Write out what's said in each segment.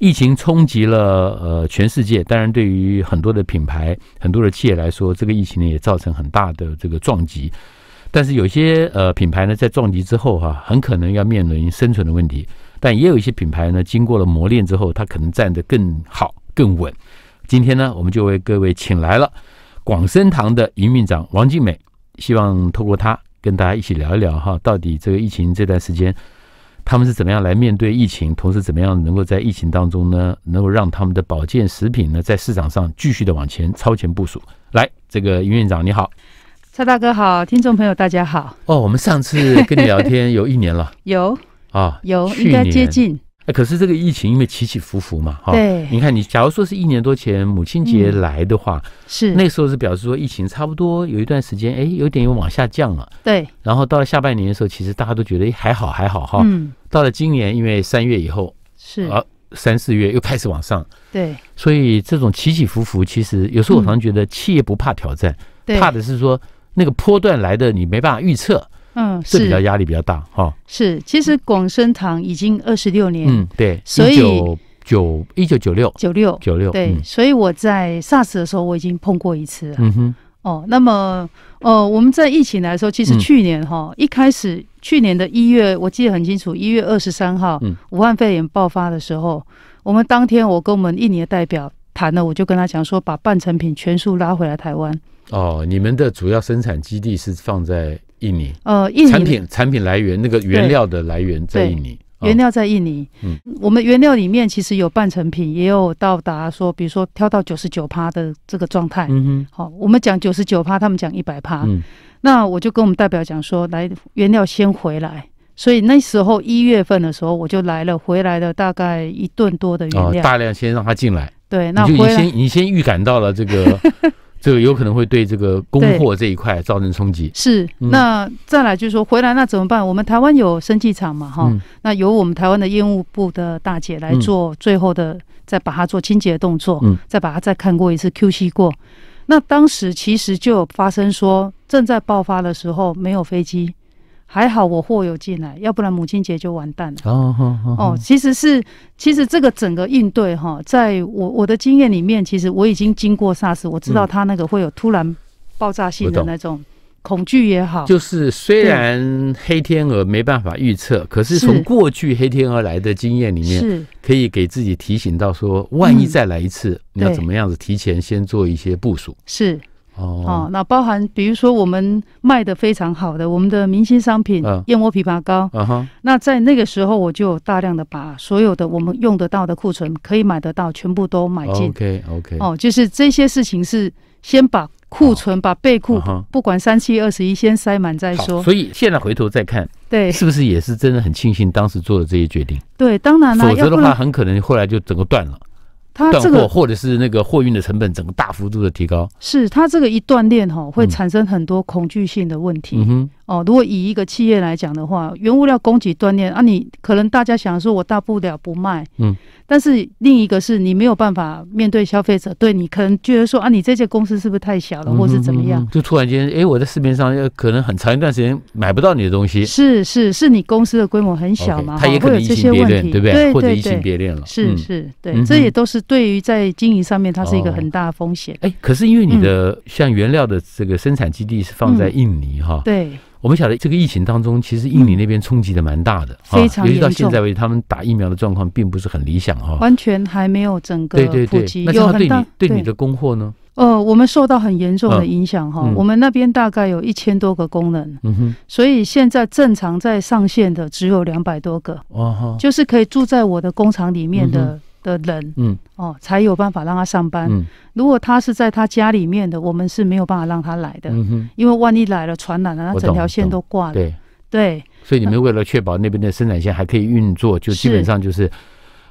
疫情冲击了呃全世界，当然对于很多的品牌、很多的企业来说，这个疫情呢也造成很大的这个撞击。但是有些呃品牌呢，在撞击之后哈、啊很可能要面临生存的问题。但也有一些品牌呢，经过了磨练之后，它可能站得更好、更稳。今天呢，我们就为各位请来了广生堂的营运长王静美，希望透过她跟大家一起聊一聊哈，到底这个疫情这段时间他们是怎么样来面对疫情，同时怎么样能够在疫情当中呢，能够让他们的保健食品呢在市场上继续的往前超前部署。来，这个营运长你好蔡大哥好，听众朋友大家好，哦，我们上次跟你聊天有一年了有 啊，有去应该接年近，哎可是这个疫情因为起起伏伏嘛，哈、对你看你假如说是一年多前母亲节嗯来的话，是那时候是表示说疫情差不多有一段时间，哎，有点有往下降了。对，然后到了下半年的时候，其实大家都觉得哎还好还好哈。嗯，到了今年，因为三月以后，是啊三四月又开始往上，对所以这种起起伏伏，其实有时候我嗯常觉得企业不怕挑战，对，怕的是说那个波段来的你没办法预测，嗯这比较是压力比较大哈。是，其实广生堂已经二十六年，嗯，对，所以一九九一九九六九六，九六，对，嗯所以我在 SARS 的时候我已经碰过一次了，嗯哼，哦，那么呃我们在疫情来的时候，其实嗯去年哈、一开始去年的一月我记得很清楚，一月二十三号、嗯武汉肺炎爆发的时候，我们当天我跟我们印尼的代表谈了，我就跟他讲说把半成品全数拉回来台湾。哦，你们的主要生产基地是放在印尼。呃，印尼产品产品来源那个原对料的来源在对印尼，啊原料在印尼，嗯我们原料里面其实有半成品，也有到达说，比如说挑到九十九趴的这个状态。嗯好、我们讲九十九趴，他们讲一百趴哼，。嗯那我就跟我们代表讲说，来原料先回来。所以那时候一月份的时候，我就来了，回来了大概一吨多的原哦，料。大量先让它进来，对，你那就回你来先你先预感到了这 个这个有可能会对这个供对货这一块造成冲击，是、嗯那再来就是说回来那怎么办？我们台湾有生技厂嘛，哈、嗯那由我们台湾的业务部的大姐来做最后的，再把它做清洁的动作，嗯再把它再看过一次 QC 过。那当时其实就有发生说，正在爆发的时候没有飞机，还好我货有进来，要不然母亲节就完蛋了。哦哦哦，，其实是，其实这个整个应对哈，在我我的经验里面，其实我已经经过 SARS，我知道嗯它那个会有突然爆炸性我的懂那种恐惧也好，就是虽然黑天鹅没办法预测，可是是从过去黑天鹅来的经验里面，是可以给自己提醒到说，万一嗯再来一次，你要对怎么样子提前先做一些部署是哦哦，，那包含比如说我们卖的非常好的我们的明星商品嗯燕窝枇杷膏，啊哈，那在那个时候我就有大量的把所有的我们用得到的库存可以买得到，全部都买进。 OK OK，哦，就是这些事情是先把库存、把备库啊，哈不管三七二十一，先塞满再好，说。所以现在回头再看，对是不是也是真的很庆幸当时做的这些决定？对，当然啦，否则要的不话，然很可能后来就整个断了，它断这货个或者是那个货运的成本整个大幅度的提高。是它这个一锻炼哈，会嗯产生很多恐惧性的问题。嗯哼，哦，如果以一个企业来讲的话，原物料供给断裂啊你，可能大家想说，我大不了不卖，嗯，但是另一个是你没有办法面对消费者，对你可能觉得说啊，你这家公司是不是太小了，或是怎么样？嗯哼？嗯哼就突然间，哎，我在市面上呃可能很长一段时间买不到你的东西，是是是你公司的规模很小 OK，嘛，他也可哈会有能移这情些别问恋，题，对不对？对或者对移情别恋了，是嗯。是，对，嗯这也哼都是对于在经营上面，它是一个哦很大的风险。哎，可是因为你的像原料的这个生产基地是放在嗯印尼哈，对，我们晓得这个疫情当中，其实印尼那边冲击的蛮大的，哈非常尤其到严重现在为止，他们打疫苗的状况并不是很理想哈。完全还没有整个对对普对及，，那这有样对很大你对你的供货呢？呃，我们受到很严重的影响哈、嗯嗯我们那边大概有一千多个工人，嗯哼，所以现在正常在上线的只有两百多个，哦哈，就是可以住在我的工厂里面的、的人嗯哦，才有办法让他上班、嗯如果他是在他家里面的，我们是没有办法让他来的，嗯哼，因为万一来了传染我了，那懂整条线都挂了。对。对所以你们为了确保那边的生产线还可以运 作，就基是本上就是，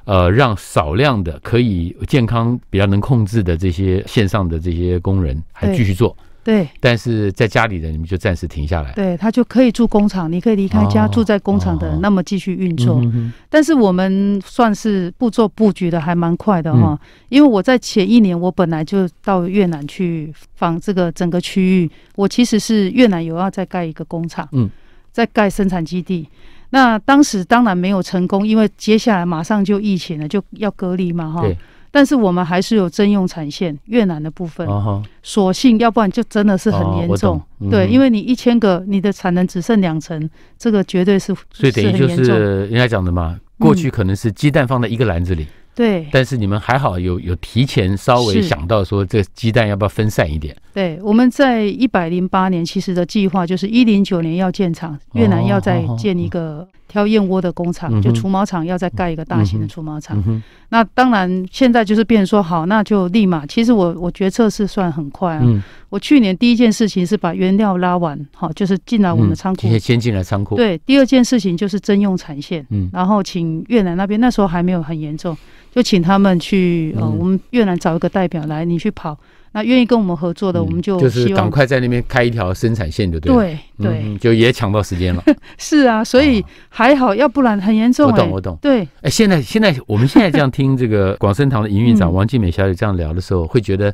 呃，让少量的可以健康比较能控制的这些线上的这些工人还对继续做，对但是在家里的你们就暂时停下来。对，他就可以住工厂，你可以离开家、哦住在工厂的人，哦那么继续运作。嗯哼但是我们算是步骤布局的还蛮快的哈、嗯因为我在前一年我本来就到越南去访这个整个区域，我其实是越南有要再盖一个工厂，嗯，再盖生产基地。那当时当然没有成功，因为接下来马上就疫情了，就要隔离嘛哈对。但是我们还是有征用产线，越南的部分，啊哈，所幸要不然就真的是很哦严我重懂。嗯对，因为你一千个，你的产能只剩两成，这个绝对是所以等于就很严重嗯是人家讲的嘛，过去可能是鸡蛋放在一个篮子里，对但是你们还好有有提前稍微是想到说这鸡蛋要不要分散一点，对。我们在一百零八年其实的计划就是一零九年要建厂，越南要再哦哦建一个挑燕窝的工厂，嗯就哼除毛厂要再盖一个大型的除毛厂。嗯哼，那当然，现在就是变成说好，那就立马。其实我我决策是算很快啊。嗯，我去年第一件事情是把原料拉完，好，就是进啊来我们的仓库。先先嗯进来仓库，，对，第二件事情就是征用产线，嗯然后请越南那边那时候还没有很严重，就请他们去呃，嗯我们越南找一个代表来，你去跑。那愿意跟我们合作的，嗯我们就就是希赶望快在那边开一条生产线就对了，对对嗯，就也抢到时间了，是啊，所以哦还好，要不然很严重我哎懂。我懂。 对，哎，现在现在我们现在这样听这个广生堂的营运长嗯王静美小姐这样聊的时候，会觉得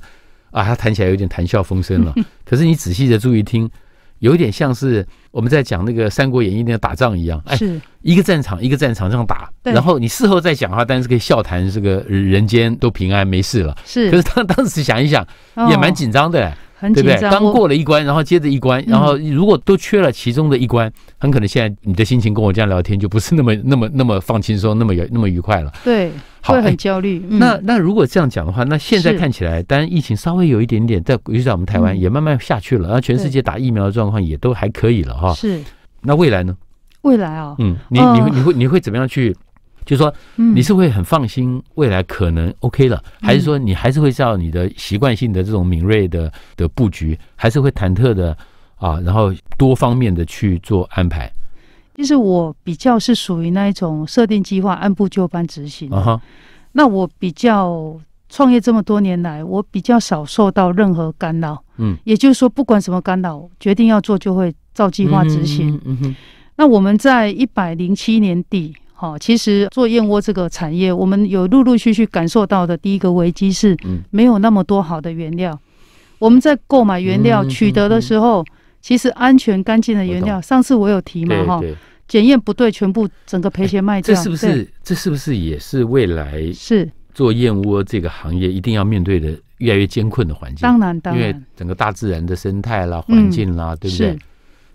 啊，她谈起来有点谈笑风生 了。可是你仔细的注意听，有一点像是我们在讲那个《三国演义》那个打仗一样，哎，是一个战场一个战场这样打，对然后你事后再讲话，但是可以笑谈这个人间都平安没事了。哎可是是当当时想一想，哦也蛮紧张的、很对紧不对？张。刚我嗯过了一关，然后接着一关，然后如果都缺了其中的一关，很可能现在你的心情跟我这样聊天就不是那么 那么那么放轻松，那么有那么愉快了。对好，会哎很焦虑。嗯那那如果这样讲的话，那现在是看起来，当然疫情稍微有一点点，在尤其在我们台湾嗯也慢慢下去了，然后全世界打疫苗的状况也都还可以了哈。是那未来呢？未来啊，哦嗯，你呃你会你会你会怎么样去？就说嗯你是会很放心，未来可能 OK 了，还是说你还是会照你的习惯性的这种敏锐的的布局，还是会忐忑的啊，然后多方面的去做安排其实我比较是属于那一种设定计划，按部就班执行。啊哈？那我比较创业这么多年来，我比较少受到任何干扰。嗯，也就是说，不管什么干扰，决定要做就会照计划执行。嗯，嗯哼，那我们在一百零七年底，哈、其实做燕窝这个产业，我们有陆陆续续感受到的第一个危机是嗯，没有那么多好的原料。我们在购买原料嗯取得的时候，其实安全干净的原料，上次我有提嘛，哈对，对，检验不对，全部整个赔钱卖掉，这是不对？是这是不是也是未来是，做燕窝这个行业一定要面对的越来越艰困的环境？当然，当因为然整个大自然的生态啦、环境啦，对不对是？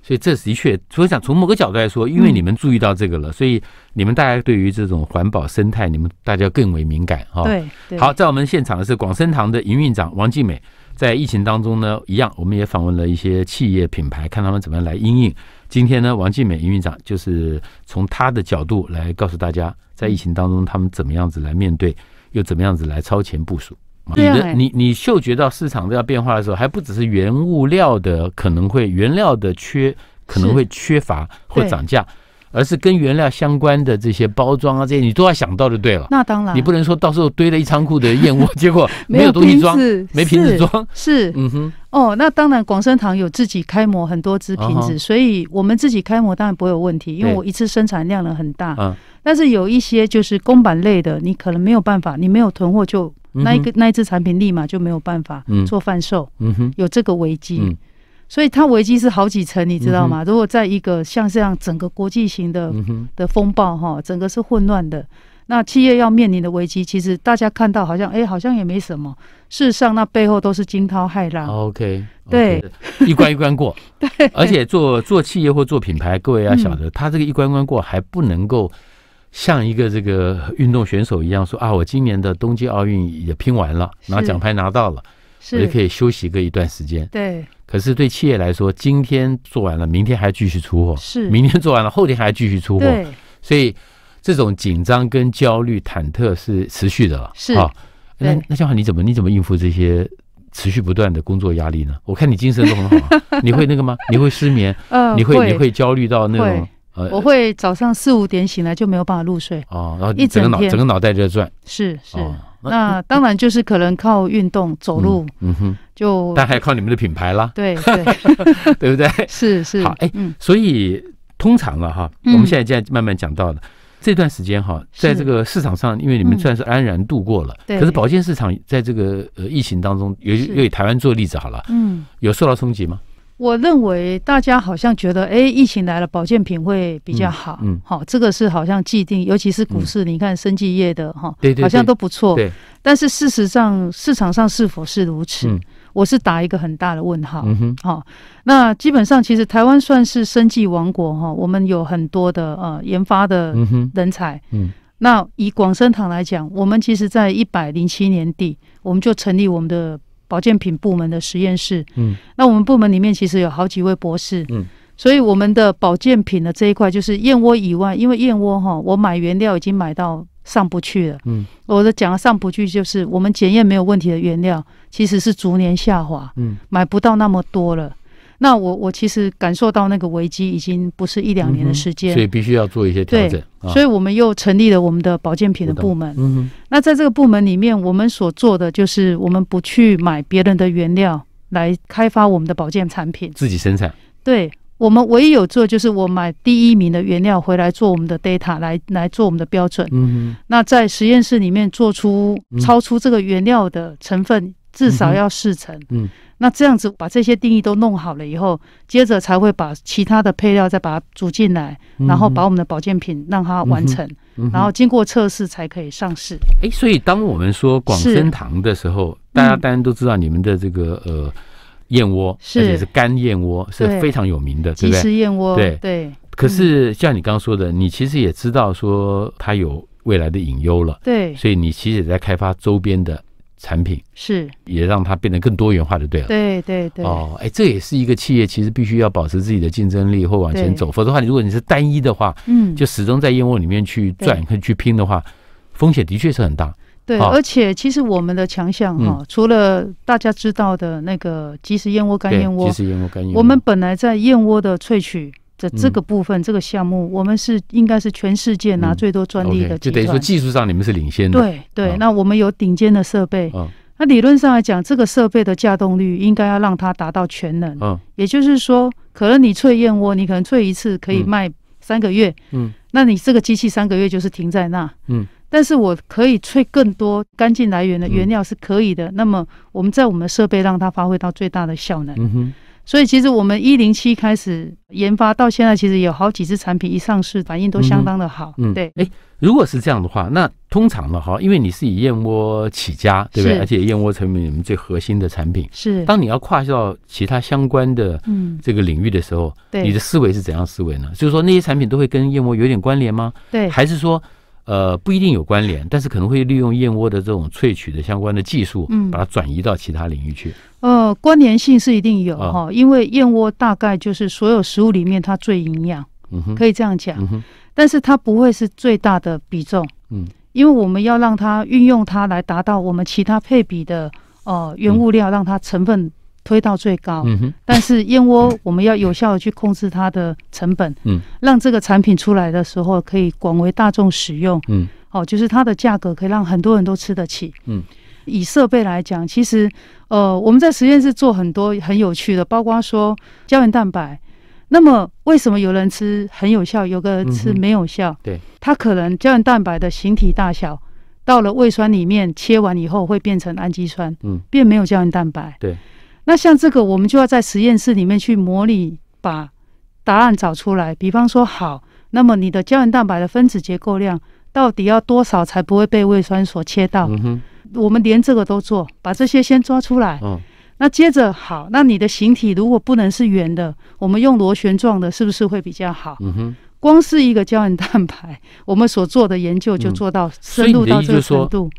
所以这的确，所以讲从某个角度来说，因为你们注意到这个了，所以你们大家对于这种环保生态，你们大家更为敏感哈、哦。对对。好，在我们现场的是广生堂的营运长王静美，在疫情当中呢，一样我们也访问了一些企业品牌，看他们怎么样来应应。今天呢，王静美营运长就是从她的角度来告诉大家，在疫情当中他们怎么样子来面对，嗯又怎么样子来超前部署。你对啊的哎你你嗅觉到市场都要变化的时候，还不只是原物料的可能会原料的缺可能是会缺乏或对涨价，而是跟原料相关的这些包装啊这些你都要想到就对了。那当然，你不能说到时候堆了一仓库的燕 窝，结果没有东西瓶装，子，没瓶子是装。是嗯哼，哦。那当然，广生堂有自己开模很多支瓶啊哈子，所以我们自己开模当然不会有问题，因为对我一次生产量能很大。嗯但是有一些就是公版类的，你可能没有办法，你没有囤货就嗯哼那一个那一支产品立马就没有办法嗯做贩售，嗯哼，有这个危机。嗯所以它危机是好几层，你知道吗？如果在一个像这样整个国际型的嗯哼，的风暴哈，整个是混乱的。那企业要面临的危机，其实大家看到好像哎、好像也没什么，事实上那背后都是惊涛骇哦浪。 OK，啊对， 一关一关过。对，而且做做企业或做品牌，各位要啊晓嗯得，他这个一关关过还不能够像一个这个运动选手一样说啊，我今年的冬季奥运也拼完了，是拿奖牌拿到了，我是就，可以休息个一段时间。对，可是对企业来说，今天做完了，明天还继续出货，是，哦明天做完了，后天还继续出货。对，所以这种紧张跟焦虑、忐忑是持续的了。是啊，那对那这样你怎么你怎么应付这些持续不断的工作压力呢？我看你精神都很好、 啊，你会那个吗？你会失眠？呃，你会你会焦虑到那种会呃我会早上四五点醒来就没有办法入睡，哦，然后一整个整脑天整个脑袋就在转是是。哦。那当然就是可能靠运动走路嗯哼，就但还靠你们的品牌啦，对 对对不对？是是好哎嗯所以通常了哈，我嗯们现在现在慢慢讲到了。这段时间哈，是在这个市场上，因为你们嗯算是安然度过了，对可是保健市场在这个呃疫情当中，有是有以台湾做例子好了，嗯有受到冲击吗？我认为大家好像觉得，哎，疫情来了，保健品会比较好，嗯嗯嗯好、这个是好像既定，尤其是股市，你看生技业的哈，对对对好像都不错，对，但是事实上，市场上是否是如此，嗯我是打一个很大的问号。嗯哼，好、那基本上其实台湾算是生技王国哈、我们有很多的呃研发的嗯哼，人才。嗯那以广生堂来讲，我们其实在一百零七年底，我们就成立我们的保健品部门的实验室。嗯，那我们部门里面其实有好几位博士。嗯。所以我们的保健品的这一块，就是燕窝以外，因为燕窝哈，我买原料已经买到上不去了。嗯，我的讲的上不去就是我们检验没有问题的原料，其实是逐年下滑。嗯，买不到那么多了。那我我其实感受到那个危机已经不是一两年的时间，嗯所以必须要做一些调整啊。所以我们又成立了我们的保健品的部门。嗯那在这个部门里面，我们所做的就是我们不去买别人的原料来开发我们的保健产品哼，。自己生产，对我们唯一有做就是我买第一名的原料回来做我们的 data 来来做我们的标准。嗯那在实验室里面做出超出这个原料的成分，至少要四成。嗯，那这样子把这些定义都弄好了以后，接着才会把其他的配料再把它煮进来，哼，然后把我们的保健品让它完成，嗯嗯哼，然后经过测试才可以上市。哎，所以当我们说广生堂的时候，大家当然都知道你们的这个呃燕窝，是而且是干燕窝，是对非常有名的，对鸡不对？翅燕窝，对对可是嗯像你刚刚说的，你其实也知道说它有未来的隐忧了，对所以你其实也在开发周边的产品，是，也让它变得更多元化，就对了。对对对，哦，哎，这也是一个企业其实必须要保持自己的竞争力或往前对走，否则的话，你如果你是单一的话，嗯，就始终在燕窝里面去对赚和去拼的话，风险的确是很大。对，好而且其实我们的强项哈，嗯除了大家知道的那个即食燕窝、干对燕窝其，实燕窝干燕窝，嗯我们本来在燕窝的萃取的这个部分、这个项目，我们是应该是全世界拿最多专利 OK，的集就团。等于说技术上你们是领先的。对对，啊那我们有顶尖的设备。嗯那理论上来讲，这个设备的架动率应该要让它达到全能。嗯也就是说，可能你萃燕窝，你可能萃一次可以嗯卖三个月，嗯，那你这个机器三个月就是停在那，嗯。但是我可以萃更多干净来源的原料是可以的。那么我们在我们的设备让它发挥到最大的效能。嗯哼，所以其实我们一零七开始研发到现在，其实有好几支产品一上市，反应都相当的好。嗯对，哎，如果是这样的话，那通常了哈，因为你是以燕窝起家，对不对？是而且燕窝成为你们最核心的产品。是，当你要跨到其他相关的嗯，这个领域的时候，你对的，思维是怎样思维呢？就是说那些产品都会跟燕窝有点关联吗？对，还是说，呃，不一定有关联，但是可能会利用燕窝的这种萃取的相关的技术，嗯把它转移到其他领域去？呃，关联性是一定有啊哈、因为燕窝大概就是所有食物里面它最营养，嗯哼，可以这样讲，嗯哼，但是它不会是最大的比重，嗯，因为我们要让它运用它来达到我们其他配比的呃原物料，让它成分推到最高。嗯哼，但是燕窝我们要有效的去控制它的成本，嗯，让这个产品出来的时候可以广为大众使用，嗯，哦，就是它的价格可以让很多人都吃得起，嗯。以设备来讲，其实呃我们在实验室做很多很有趣的，包括说胶原蛋白。那么为什么有人吃很有效，有个人吃嗯哼没有效？对，它可能胶原蛋白的形体大小到了胃酸里面切完以后会变成氨基酸，嗯，变没有胶原蛋白。对，那像这个我们就要在实验室里面去模拟，把答案找出来。比方说，好，那么你的胶原蛋白的分子结构量到底要多少才不会被胃酸所切到？嗯哼，我们连这个都做，把这些先抓出来。嗯，那接着好，那你的形体如果不能是圆的，我们用螺旋状的，是不是会比较好？嗯哼。光是一个胶原蛋白，我们所做的研究就嗯做到所以深入你的到意思这个就是说程度。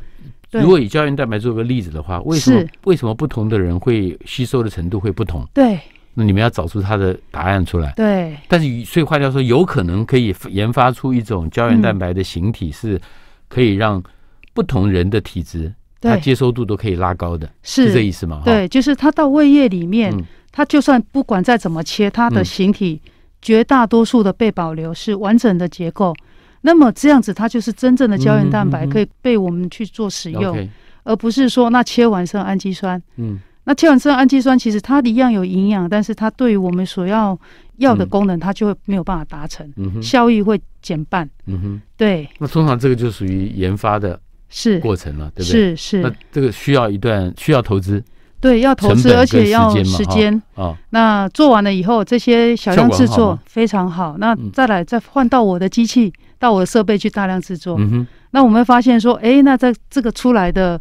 对如果以胶原蛋白做个例子的话，为什么是为什么不同的人会吸收的程度会不同？对那你们要找出它的答案出来。对但是所以换句话说，有可能可以研发出一种胶原蛋白的形体，是可以让不同人的体质，它对，接收度都可以拉高的，是这意思吗？哈，对，就是它到胃液里面，嗯它就算不管再怎么切，它的嗯形体、绝大多数的被保留是完整的结构。那么这样子，它就是真正的胶原蛋白，嗯嗯嗯嗯可以被我们去做使用， OK，而不是说那切完剩氨基酸。嗯那切完剩氨基酸，其实它一样有营养，但是它对于我们所要要的功能，它就会没有办法达成，嗯哼，效益会减半。嗯哼。对，那通常这个就属于研发的是过程了，对不对？是是那这个需要一段需要投资，对，要投成资，本而且跟要时时间间。啊，那做完了以后，这些小量效制果很好作吗非常好。那嗯再来再换到我的机器，到我的设备去大量制作。嗯哼，那我们会发现说，诶，那在这个出来的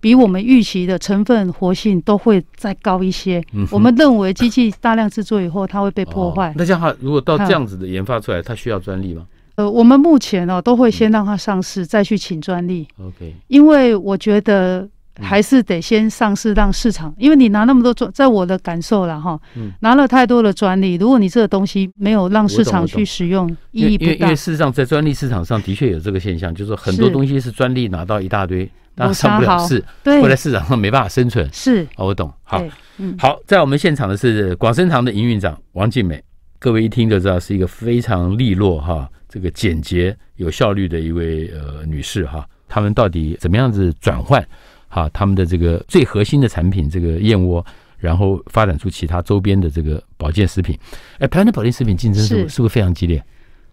比我们预期的成分活性都会再高一些。嗯哼我们认为机器大量制作以后，它会被破坏哦。那像它如果到嗯这样子的研发出来，它需要专利吗呃，我们目前哦都会先让它上市，再去请专利， ？OK，因为我觉得。嗯还是得先上市让市场，因为你拿那么多专，在我的感受了哈，嗯拿了太多的专利，如果你这个东西没有让市我懂我懂场去使用，因意为义因为不因大为。事实上，在专利市场上的确有这个现象，就是说很多是东西是专利拿到一大堆，但抹上不杀了好市，对后，来市场上没办法生存。是，哦，我懂。好对，嗯，好，在我们现场的是广生堂的营运长王静美，各位一听就知道是一个非常利落哈，这个简洁有效率的一位呃女士哈。他们到底怎么样子转换哈他们的这个最核心的产品这个燕窝，然后发展出其他周边的这个保健食品？哎，台湾的保健食品竞争是不是是不是非常激烈？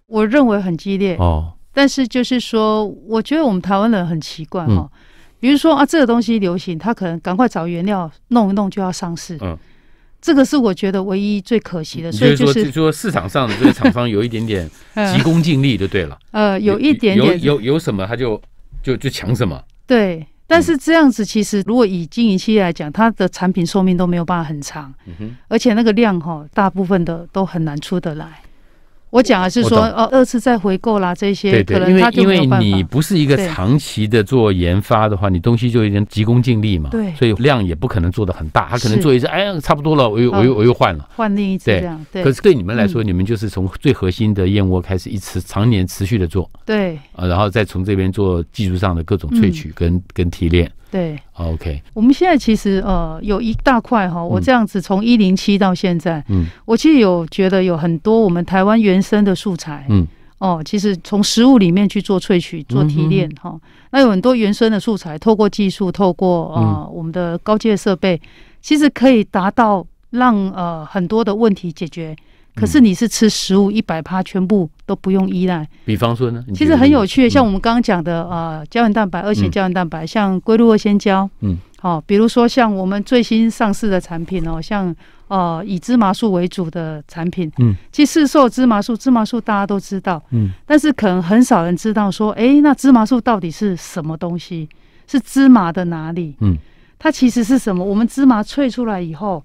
我认为很激烈，哦，但是就是说，我觉得我们台湾人很奇怪哈、嗯比如说啊，这个东西流行，他可能赶快找原料弄一弄就要上市，嗯，这个是我觉得唯一最可惜的，你所以是就说，就是说市场上的这个厂商有一点 点急呃功近利就对了，呃有一点有点有有什么他就就就抢什么。对，但嗯是这样子其实如果以经营企业来讲，它的产品寿命都没有办法很长，嗯哼。而且那个量哈、大部分的都很难出得来。我讲的是说，我呃，二次再回购啦，这些嗯对可对，因能它为就因没为有办你法。不是一个对长期的做研发的话，你东西就有点急功近利嘛，对所以量也不可能做得很大，它可能是做一次，哎呀，差不多了，我又我又嗯我又换了。换另一只对这样，对嗯可是对你们来说，你们就是从最核心的燕窝开始，一直常年持续的做，对呃，然后再从这边做技术上的各种萃嗯取跟跟提炼。哦对， OK，我们现在其实呃有一大块哈，我嗯这样子从一零七到现在，嗯我其实有觉得有很多我们台湾原生的素材，嗯，哦，其实从食物里面去做萃取、做提炼嗯哈、那有很多原生的素材，透过技术，透过呃、嗯我们的高阶设备，其实可以达到让呃很多的问题解决。可嗯是你是吃食物一百趴，全部都不用依赖，比方说呢，你其觉实得很你有趣，嗯像我们刚刚讲的呃胶原蛋白、二型嗯胶原蛋白，像龟鹿二仙胶，嗯，好、比如说像我们最新上市的产品哦，像呃以芝麻素为主的产品，嗯，其实市售芝麻素，芝麻素大家都知道，嗯，但是可能很少人知道说，诶，那芝麻素到底是什么东西？是芝麻的哪里？嗯，它其实是什么？我们芝麻萃出来以后，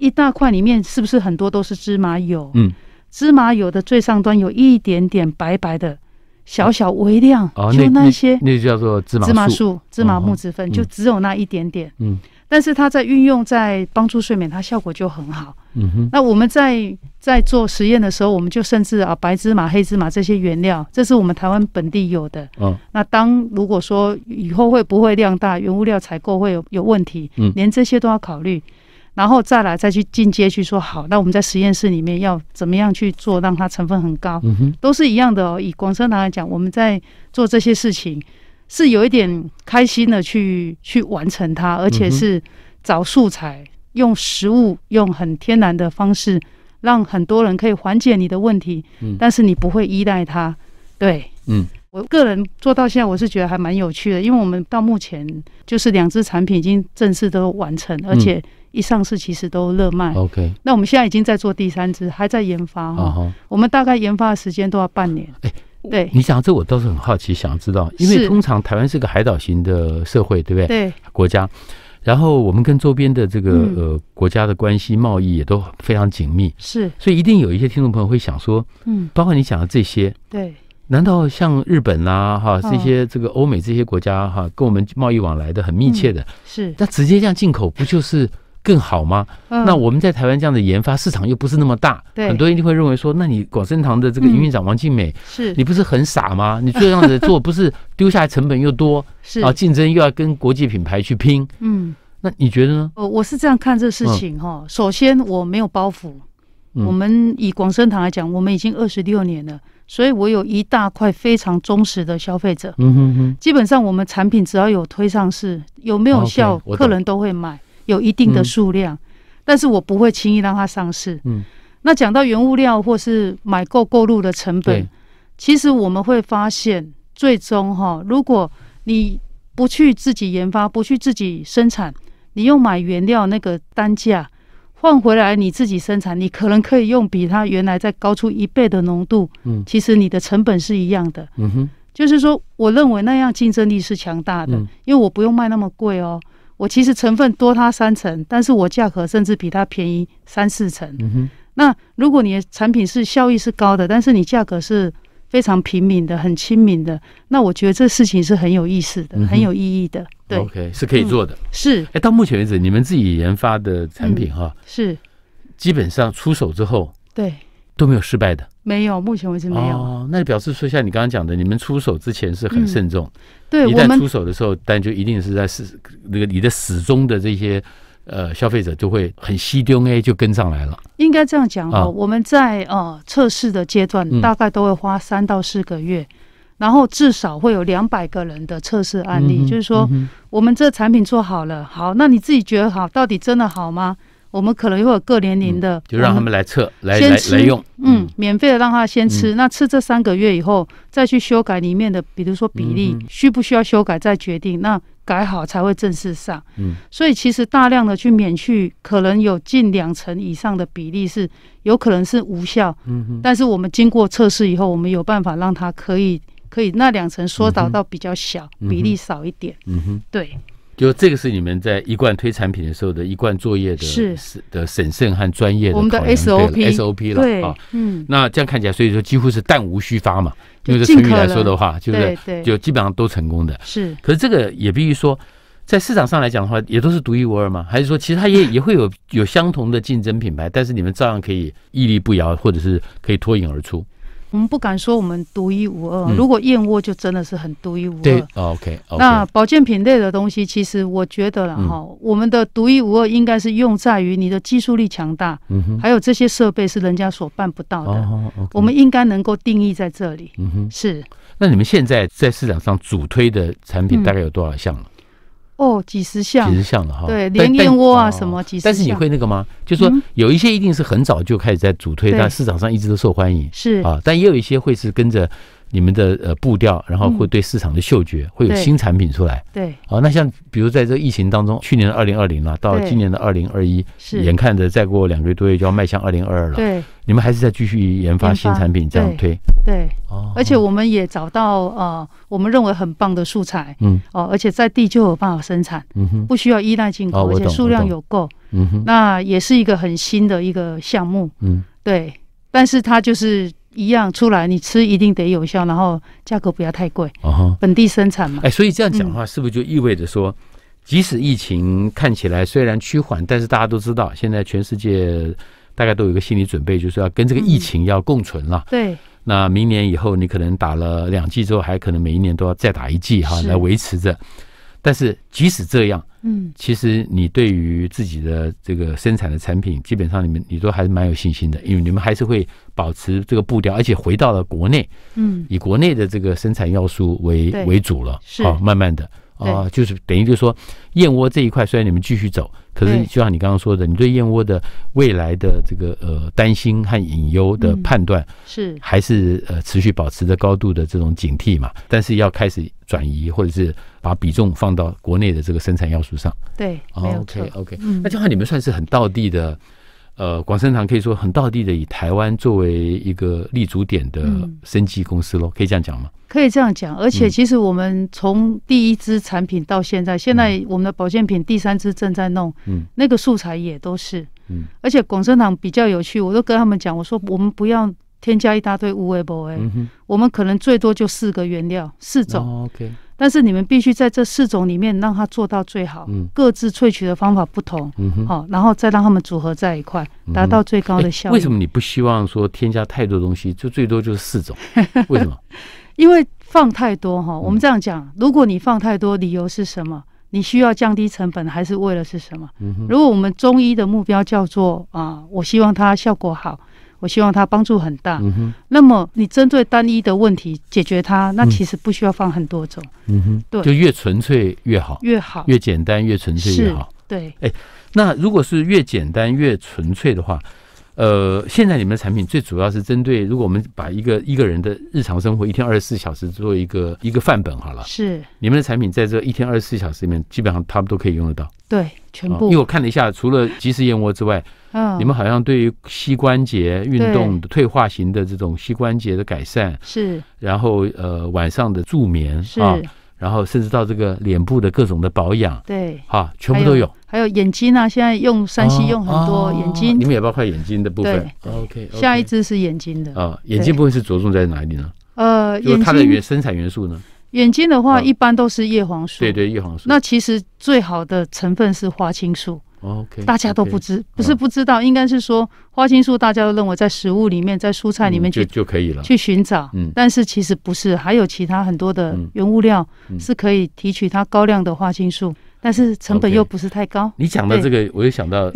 一大块里面是不是很多都是芝麻油？嗯，芝麻油的最上端有一点点白白的，小小微量，哦，就那那些那就叫做芝麻芝麻素，素、芝麻嗯哼木质酚，嗯就只有那一点点。嗯但是它在运用在帮助睡眠，它效果就很好。嗯哼，那我们在在做实验的时候，我们就甚至啊白芝麻、黑芝麻这些原料，这是我们台湾本地有的。嗯那当如果说以后会不会量大，原物料采购会有有问题，嗯连这些都要考虑，然后再来再去进阶去说好，那我们在实验室里面要怎么样去做，让它成分很高，嗯哼，都是一样的哦。以广生堂来讲，我们在做这些事情是有一点开心的去去完成它，而且嗯是找素材，用食物，用很天然的方式，让很多人可以缓解你的问题，嗯但是你不会依赖它，对。嗯我个人做到现在，我是觉得还蛮有趣的，因为我们到目前就是两支产品已经正式都完成，而且嗯一上市其实都热卖。 ，OK，那我们现在已经在做第三支，还在研发哈、啊哈。我们大概研发的时间都要半年。哎对你讲这我倒是很好奇，想知道，因为是通常台湾是个海岛型的社会，对不对？对国家，然后我们跟周边的这个、嗯呃国家的关系贸易也都非常紧密，是，所以一定有一些听众朋友会想说，嗯，包括你讲的这些，对难道像日本呐、哈嗯这些这个欧美这些国家哈、跟我们贸易往来的很嗯密切的，是。那直接这样进口不就是？更好吗？嗯那我们在台湾这样的研发市场又不是那么大，对嗯很多人一定会认为说，那你广生堂的这个营运长王静美，是你不是很傻吗？ 你这样子做不是丢下来成本又多， 是然后竞争又要跟国际品牌去拼，嗯，那你觉得呢？呃，我是这样看这事情哈、首先，我没有包袱。嗯我们以广生堂来讲，我们已经二十六年了，所以我有一大块非常忠实的消费者。嗯哼哼，基本上我们产品只要有推上市，有没有效 OK，我懂客人都会买，有一定的数量，但是我不会轻易让它上市。嗯，那讲到原物料或是买购购入的成本对，，其实我们会发现，最终哈，如果你不去自己研发，不去自己生产，你用买原料那个单价换回来，你自己生产，你可能可以用比它原来再高出一倍的浓度，嗯其实你的成本是一样的。嗯哼，就是说，我认为那样竞争力是强大的，嗯因为我不用卖那么贵哦。我其实成分多它三成，但是我价格甚至比它便宜三四成。嗯哼，那如果你的产品是效益是高的，但是你价格是非常平民的、很亲民的，那我觉得这事情是很有意思的、嗯哼很有意义的。对， ，OK 是可以做的。是哎、到目前为止，你们自己研发的产品嗯哈、是，基本上出手之后对，都没有失败的。没有，目前为止没有。嗯哦，那就表示说，像你刚刚讲的，你们出手之前是很慎重，对一我旦们出手的时候，但就一定是在是那个你的始终的这些呃消费者就会很稀丢 A 就跟上来了。应该这样讲哈、啊我们在呃测试的阶段嗯，大概都会花三到四个月，然后至少会有两百个人的测试案例。嗯哼就是说，嗯我们这产品做好了，好，那你自己觉得好，到底真的好吗？我们可能会有各年龄的，嗯就让我他们来测，来先来吃来用。嗯嗯，免费的让他先吃，那吃这三个月以后，再去修改里面的，比如说比例、嗯哼需不需要修改，再决定。那改好才会正式上。嗯，所以其实大量的去免去，可能有近两成以上的比例是有可能是无效，嗯哼，但是我们经过测试以后，我们有办法让它可以可以那两成缩嗯导哼到比较小，嗯哼比例少一点。嗯哼，对，就这个是你们在一贯推产品的时候的一贯作业的是的审慎和专业的我们的考量 SOP 对了 SOP 对了啊。，嗯，那这样看起来，所以说几乎是弹无虚发嘛。就用这尽成语可来说能的话，就是对对就基本上都成功的。是。可是这个也必须说，在市场上来讲的话，也都是独一无二吗？还是说，其实它也也会有 有相同的竞争品牌，但是你们照样可以屹立不摇，或者是可以脱颖而出？我们不敢说我们独一无二，嗯如果燕窝就真的是很独一无二。哦，OK，OK，、那保健品类的东西，其实我觉得了嗯哈，我们的独一无二应该是用在于你的技术力强大，嗯哼，还有这些设备是人家所办不到的。哦，OK，我们应该能够定义在这里。嗯哼，是那你们现在在市场上主推的产品嗯大概有多少项了？哦，几十项几，十项了哈。对，但连燕窝啊但什么哦几十项。但是你会那个吗？就说嗯有一些一定是很早就开始在主推，对但市场上一直都受欢迎。是啊，但也有一些会是跟着你们的呃步调，然后会对市场的嗅觉、会有嗯对新产品出来。对啊，那像比如在这个疫情当中，去年的二零二零了，到对今年的二零二一，是眼看着再过两个月多月就要迈向二零二二了，对你们还是在继续研发研新发产品这样推对，哦而且我们也找到呃我们认为很棒的素材嗯哦、而且在地就有办法生产，嗯哼不需要依赖进哦口，我而且懂数我量懂有够，嗯哼那也是一个很新的一个项目。嗯，对，但是它就是一样出来，你吃一定得有效，然后价格不要太贵，哦哈，本地生产嘛。哎，所以这样讲的嗯话，是不是就意味着说？即使疫情看起来虽然趋缓，但是大家都知道，现在全世界大概都有一个心理准备，就是要跟这个疫嗯情要共存了。对，那明年以后，你可能打了两剂之后，还可能每一年都要再打一剂哈，是来维持着。但是即使这样，嗯，其实你对于自己的这个生产的产品，基本上你们你都还是蛮有信心的，因为你们还是会保持这个步调，而且回到了国内，嗯，以国内的这个生产要素为对为主了，是慢慢的啊、就是等于就是说，燕窝这一块虽然你们继续走，可是对就像你刚刚说的，你对燕窝的未来的这个呃担心和隐忧的嗯判断。是还是呃持续保持着高度的这种警惕嘛，但是要开始转移或者是把比重放到国内的这个生产要素上。对，没有错哦 OK。OK，嗯那这样的话你们算是很道地的，呃，广生堂可以说很道地的以台湾作为一个立足点的嗯生技公司喽，可以这样讲吗？可以这样讲，而且嗯其实我们从第一支产品到现在，现在我们的保健品第三支正在弄，嗯，那个素材也都是，嗯，而且广生堂比较有趣，我都跟他们讲，我说我们不要添加一大堆无为不为，嗯哼我们可能最多就四个原料，四种，哦，OK，但是你们必须在这四种里面让它做到最好，嗯各自萃取的方法不同，嗯哼。好、然后再让它们组合在一块，达到最高的效哎益。为什么你不希望说添加太多东西？就最多就是 四种，为什么？因为放太多嗯哈、我们这样讲，如果你放太多，理由是什么？你需要降低成本，还是为了是什么？嗯哼如果我们中医的目标叫做啊，我希望它效果好，我希望它帮助很大，嗯哼，那么你针对单一的问题解决它，那嗯其实不需要放很多种，嗯哼，对就越纯粹越好，越好。越简单越纯粹越是好。，哎对，那如果是越简单越纯粹的话，呃，现在你们的产品最主要是针对，如果我们把一个一个人的日常生活一天二十四小时做一个一个范本好了，是你们的产品在这一天二十四小时里面，基本上他们都可以用得到。对，全啊因为部。我看了一下，除了及时燕窝之外，嗯，你们好像对于膝关节运动退化型的这种膝关节的改善，是然后呃晚上的助眠是，啊，然后甚至到这个脸部的各种的保养对，啊，全部都有。还有眼睛啊，现在用三 C 用很多哦眼你睛，们也包括眼睛的部分对。对 OK，下一支是眼睛的。啊，眼睛部分是着重在哪里呢？呃，就是眼它的睛原生产元素呢？眼睛的话，嗯一般都是叶黄素。对。对，叶黄素。那其实最好的成分是花青素，哦 OK，大家都 OK 不知，不是不知嗯道，应该是说花青素大家都认为在食物里面，在蔬菜里面嗯就去就可以了。去寻找嗯，但是其实不是，还有其他很多的嗯原物料嗯是可以提取它高量的花青素，但是成本 OK 又不是太高。你讲到这个，我就想 到，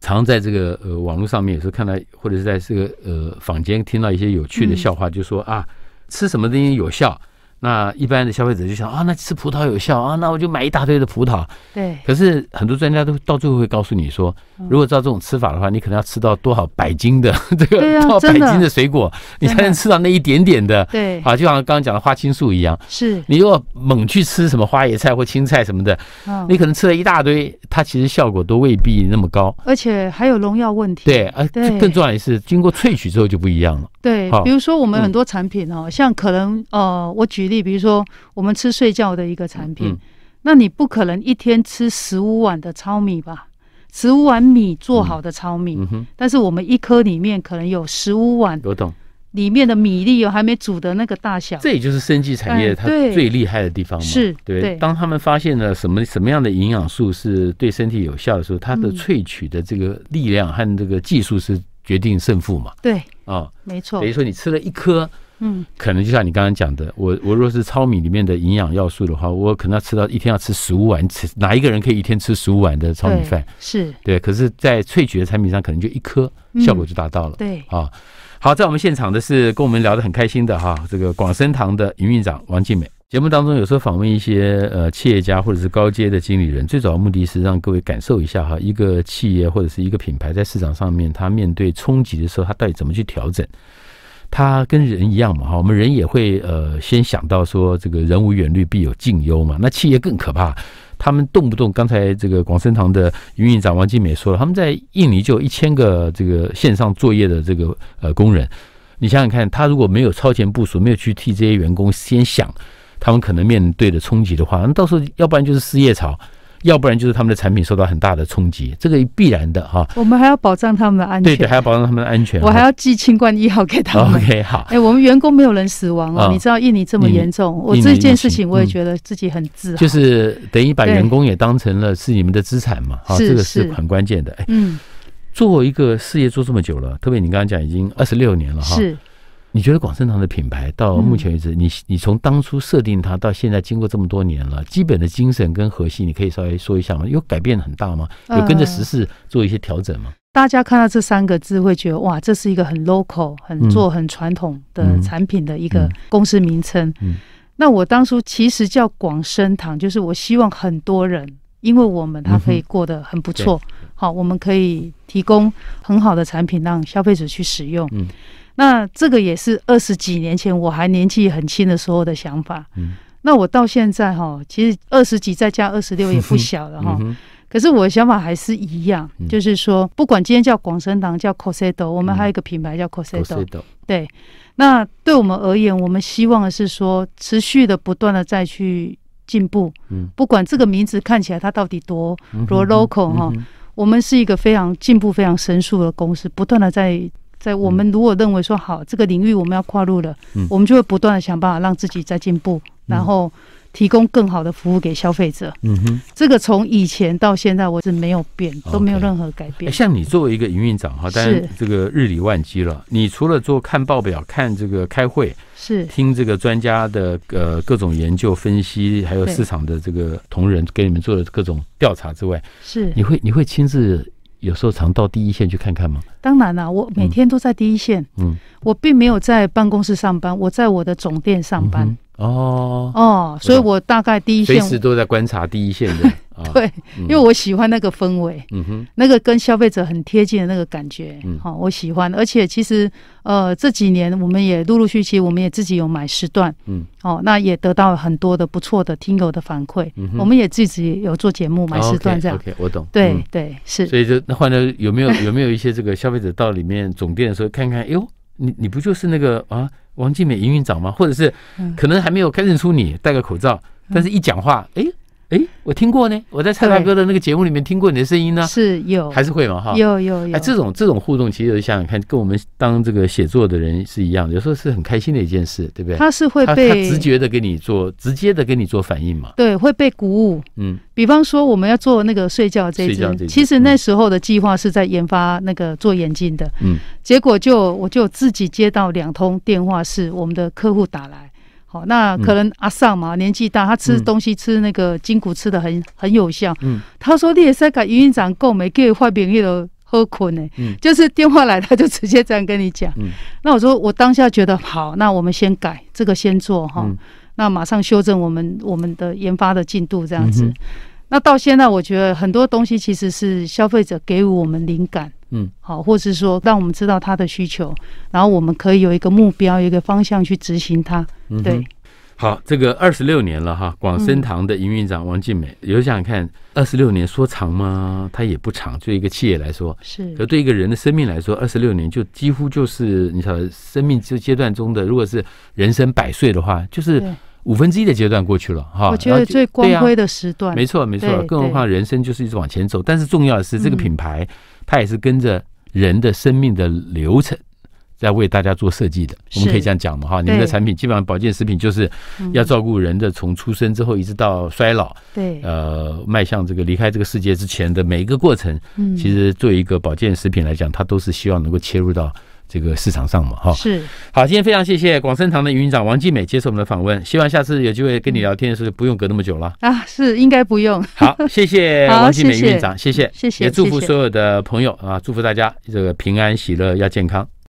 常在这个呃网络上面有时候看到，或者是在这个呃坊间听到一些有趣嗯的笑话，就说啊，吃什么东西有效？那一般的消费者就想啊，那吃葡萄有效啊，那我就买一大堆的葡萄。对，可是很多专家都到最后会告诉你说，嗯如果照这种吃法的话，你可能要吃到多少百斤的 这个对啊多少百真的斤的水果，你才真的能吃到那一点点的。对，啊，就像刚刚讲的花青素一样，是，你如果猛去吃什么花椰菜或青菜什么的，嗯你，可能吃了一大堆，它其实效果都未必那么高。而且还有农药问题。对，而对更重要的是，经过萃取之后就不一样了。对好，比如说我们嗯很多产品哦，像可能呃，我举例，比如说我们吃睡觉的一个产品，嗯那你不可能一天吃十五碗的糙米吧？十五碗米做好的糙米，嗯哼，但是我们一颗里面可能有十五碗我懂，里面的米粒有哦还没煮的那个大小。这也就是生技产业哎它对最厉害的地方嘛。是对，对当他们发现了什么什么样的营养素是对身体有效的时候，它的嗯萃取的这个力量和这个技术是决定胜负嘛。对，啊，没错等于。说你吃了一颗，嗯，可能就像你刚刚讲的，我我若是糙米里面的营养要素的话，我可能要吃到一天要吃十五碗，吃哪一个人可以一天吃十五碗的糙米对，饭？是，对，可是，在萃取的产品上，可能就一颗，嗯效果就达到了。对，啊，好，在我们现场的是跟我们聊得很开心的哈，这个广生堂的营运长王静美。节目当中有时候访问一些呃企业家或者是高阶的经理人，最主要目的是让各位感受一下哈，一个企业或者是一个品牌在市场上面，它面对冲击的时候，它到底怎么去调整。它跟人一样嘛，哈，我们人也会呃先想到说这个人无远虑必有近忧嘛，那企业更可怕，他们动不动刚才这个广生堂的营运长王金美说了，他们在印尼就有一千个这个线上作业的这个呃工人，你想想看，他如果没有超前部署，没有去替这些员工先想他们可能面对的冲击的话，那到时候要不然就是失业潮，要不然就是他们的产品受到很大的冲击，这个必然的哈、我们还要保障他们的安对全。对，还要保障他们的安全。我还要寄清冠一号给他们。 OK 好。 哎、我们员工没有人死亡哦，啊你知道印尼这么印尼严重，我印尼这疫件情事情我也嗯觉得自己很自豪。就是等于把对员工也当成了是你们的资产嘛，哈、是这个是是很关键的。哎，嗯，做一个事业做这么久了，特别你刚刚讲已经二十六年了哈，是你觉得广生堂的品牌到目前为止，你你从当初设定它到现在，经过这么多年了，基本的精神跟核心，你可以稍微说一下吗？有改变很大吗？呃有跟着时事做一些调整吗？大家看到这三个字会觉得哇，这是一个很 local、嗯很做很传统的嗯产品的一个嗯公司名称。嗯那我当初其实叫广生堂，就是我希望很多人，因为我们他可以过得很不错，好，我们可以提供很好的产品让消费者去使用。嗯那这个也是二十几年前我还年纪很轻的时候的想法。嗯那我到现在哈，其实二十几再加二十六也不小了 哈嗯。哼，可是我的想法还是一样，嗯就是说，不管今天叫广生堂、叫 Cosedo，我们还有一个品牌叫都 Cosedo、是的，对，那对我们而言，我们希望的是说，持续的不断的再去进步。嗯不管这个名字看起来它到底多，嗯哼多 local 哈、嗯哼我们是一个非常进步、非常神速的公司，不断的在在我们如果认为说好这个领域我们要跨入了，嗯我们就会不断的想办法让自己再进步，然后提供更好的服务给消费者。嗯哼。这个从以前到现在，我是没有变， OK 都没有任何改变。哎像你作为一个营运长哈，当然是这个日理万机了。你除了做看报表、看这个开会、是听这个专家的呃各种研究分析，还有对市场的这个同仁给你们做的各种调查之外，是，你会你会亲自有时候常到第一线去看看吗？当然啦、我每天都在第一线，嗯，我并没有在办公室上班，我在我的总店上班。嗯哼哦，哦，所以我大概第一随线，时都在观察第一线的啊， 对，嗯，因为我喜欢那个氛围，嗯哼，那个跟消费者很贴近的那个感觉，嗯好、我喜欢。而且其实呃这几年我们也陆陆续续，我们也自己有买时段，嗯，哦，那也得到很多的不错的听友的反馈，嗯哼哦我们也自己有做节目买时段这样， OK，我懂，对、嗯对是。所以就那换了有没有有没有一些这个消费者到里面总店的时候看看，哎呦，你你不就是那个啊王继美营运长吗？或者是嗯可能还没有看认出你，戴个口罩，但是一讲话，哎哎，我听过呢，我在蔡大哥的那个节目里面听过你的声音呢，是有，还是会嘛哈。有有有，哎，这种这种互动，其实想想看，跟我们当这个写作的人是一样的，有时候是很开心的一件事，对不对？他是会他他被直觉的给你做，直接的给你做反应嘛。对会被鼓舞。嗯比方说，我们要做那个睡觉这一睡觉这支，一支其实那时候的计划是在研发那个做眼镜的，嗯，结果就我就自己接到两通电话，是我们的客户打来。好，那可能阿尚嘛，年纪大，他吃嗯东西吃那个筋骨吃的很很有效。嗯，他说你也是给营运长购买，给坏饼一头喝困呢。嗯就是电话来，他就直接这样跟你讲。嗯那我说我当下觉得好，那我们先改这个先做哈，嗯那马上修正我们我们的研发的进度这样子。嗯哼那到现在，我觉得很多东西其实是消费者给予我们灵感。嗯，好，或是说让我们知道他的需求，然后我们可以有一个目标、有一个方向去执行它。嗯哼对，好，这个二十六年了哈，广生堂的营运长王静美，有想想看，二十六年说长吗？它也不长，对一个企业来说，是可对一个人的生命来说，二十六年就几乎就是你晓得生命这阶段中的，如果是人生百岁的话，就是对五分之一的阶段过去了哈。我觉然得后就最光对啊辉的时段，没错，没错对。更何况人生就是一直往前走，但是重要的是这个嗯品牌，它也是跟着人的生命的流程。在为大家做设计的，我们是可以这样讲嘛哈。你们对的产品基本上保健食品就是嗯要照顾人的从出生之后一直到衰老，对，呃，迈向这个离开这个世界之前的每一个过程，嗯其实作为一个保健食品来讲，它都是希望能够切入到这个市场上嘛哈。是好，今天非常谢谢广生堂的营运长王继美接受我们的访问，希望下次有机会跟你聊天的时候不用隔那么久了。啊，是应该不用，好，谢谢好王金美谢谢院长，谢谢，谢谢也祝福谢谢所有的朋友啊，祝福大家这个平安喜乐，要健康。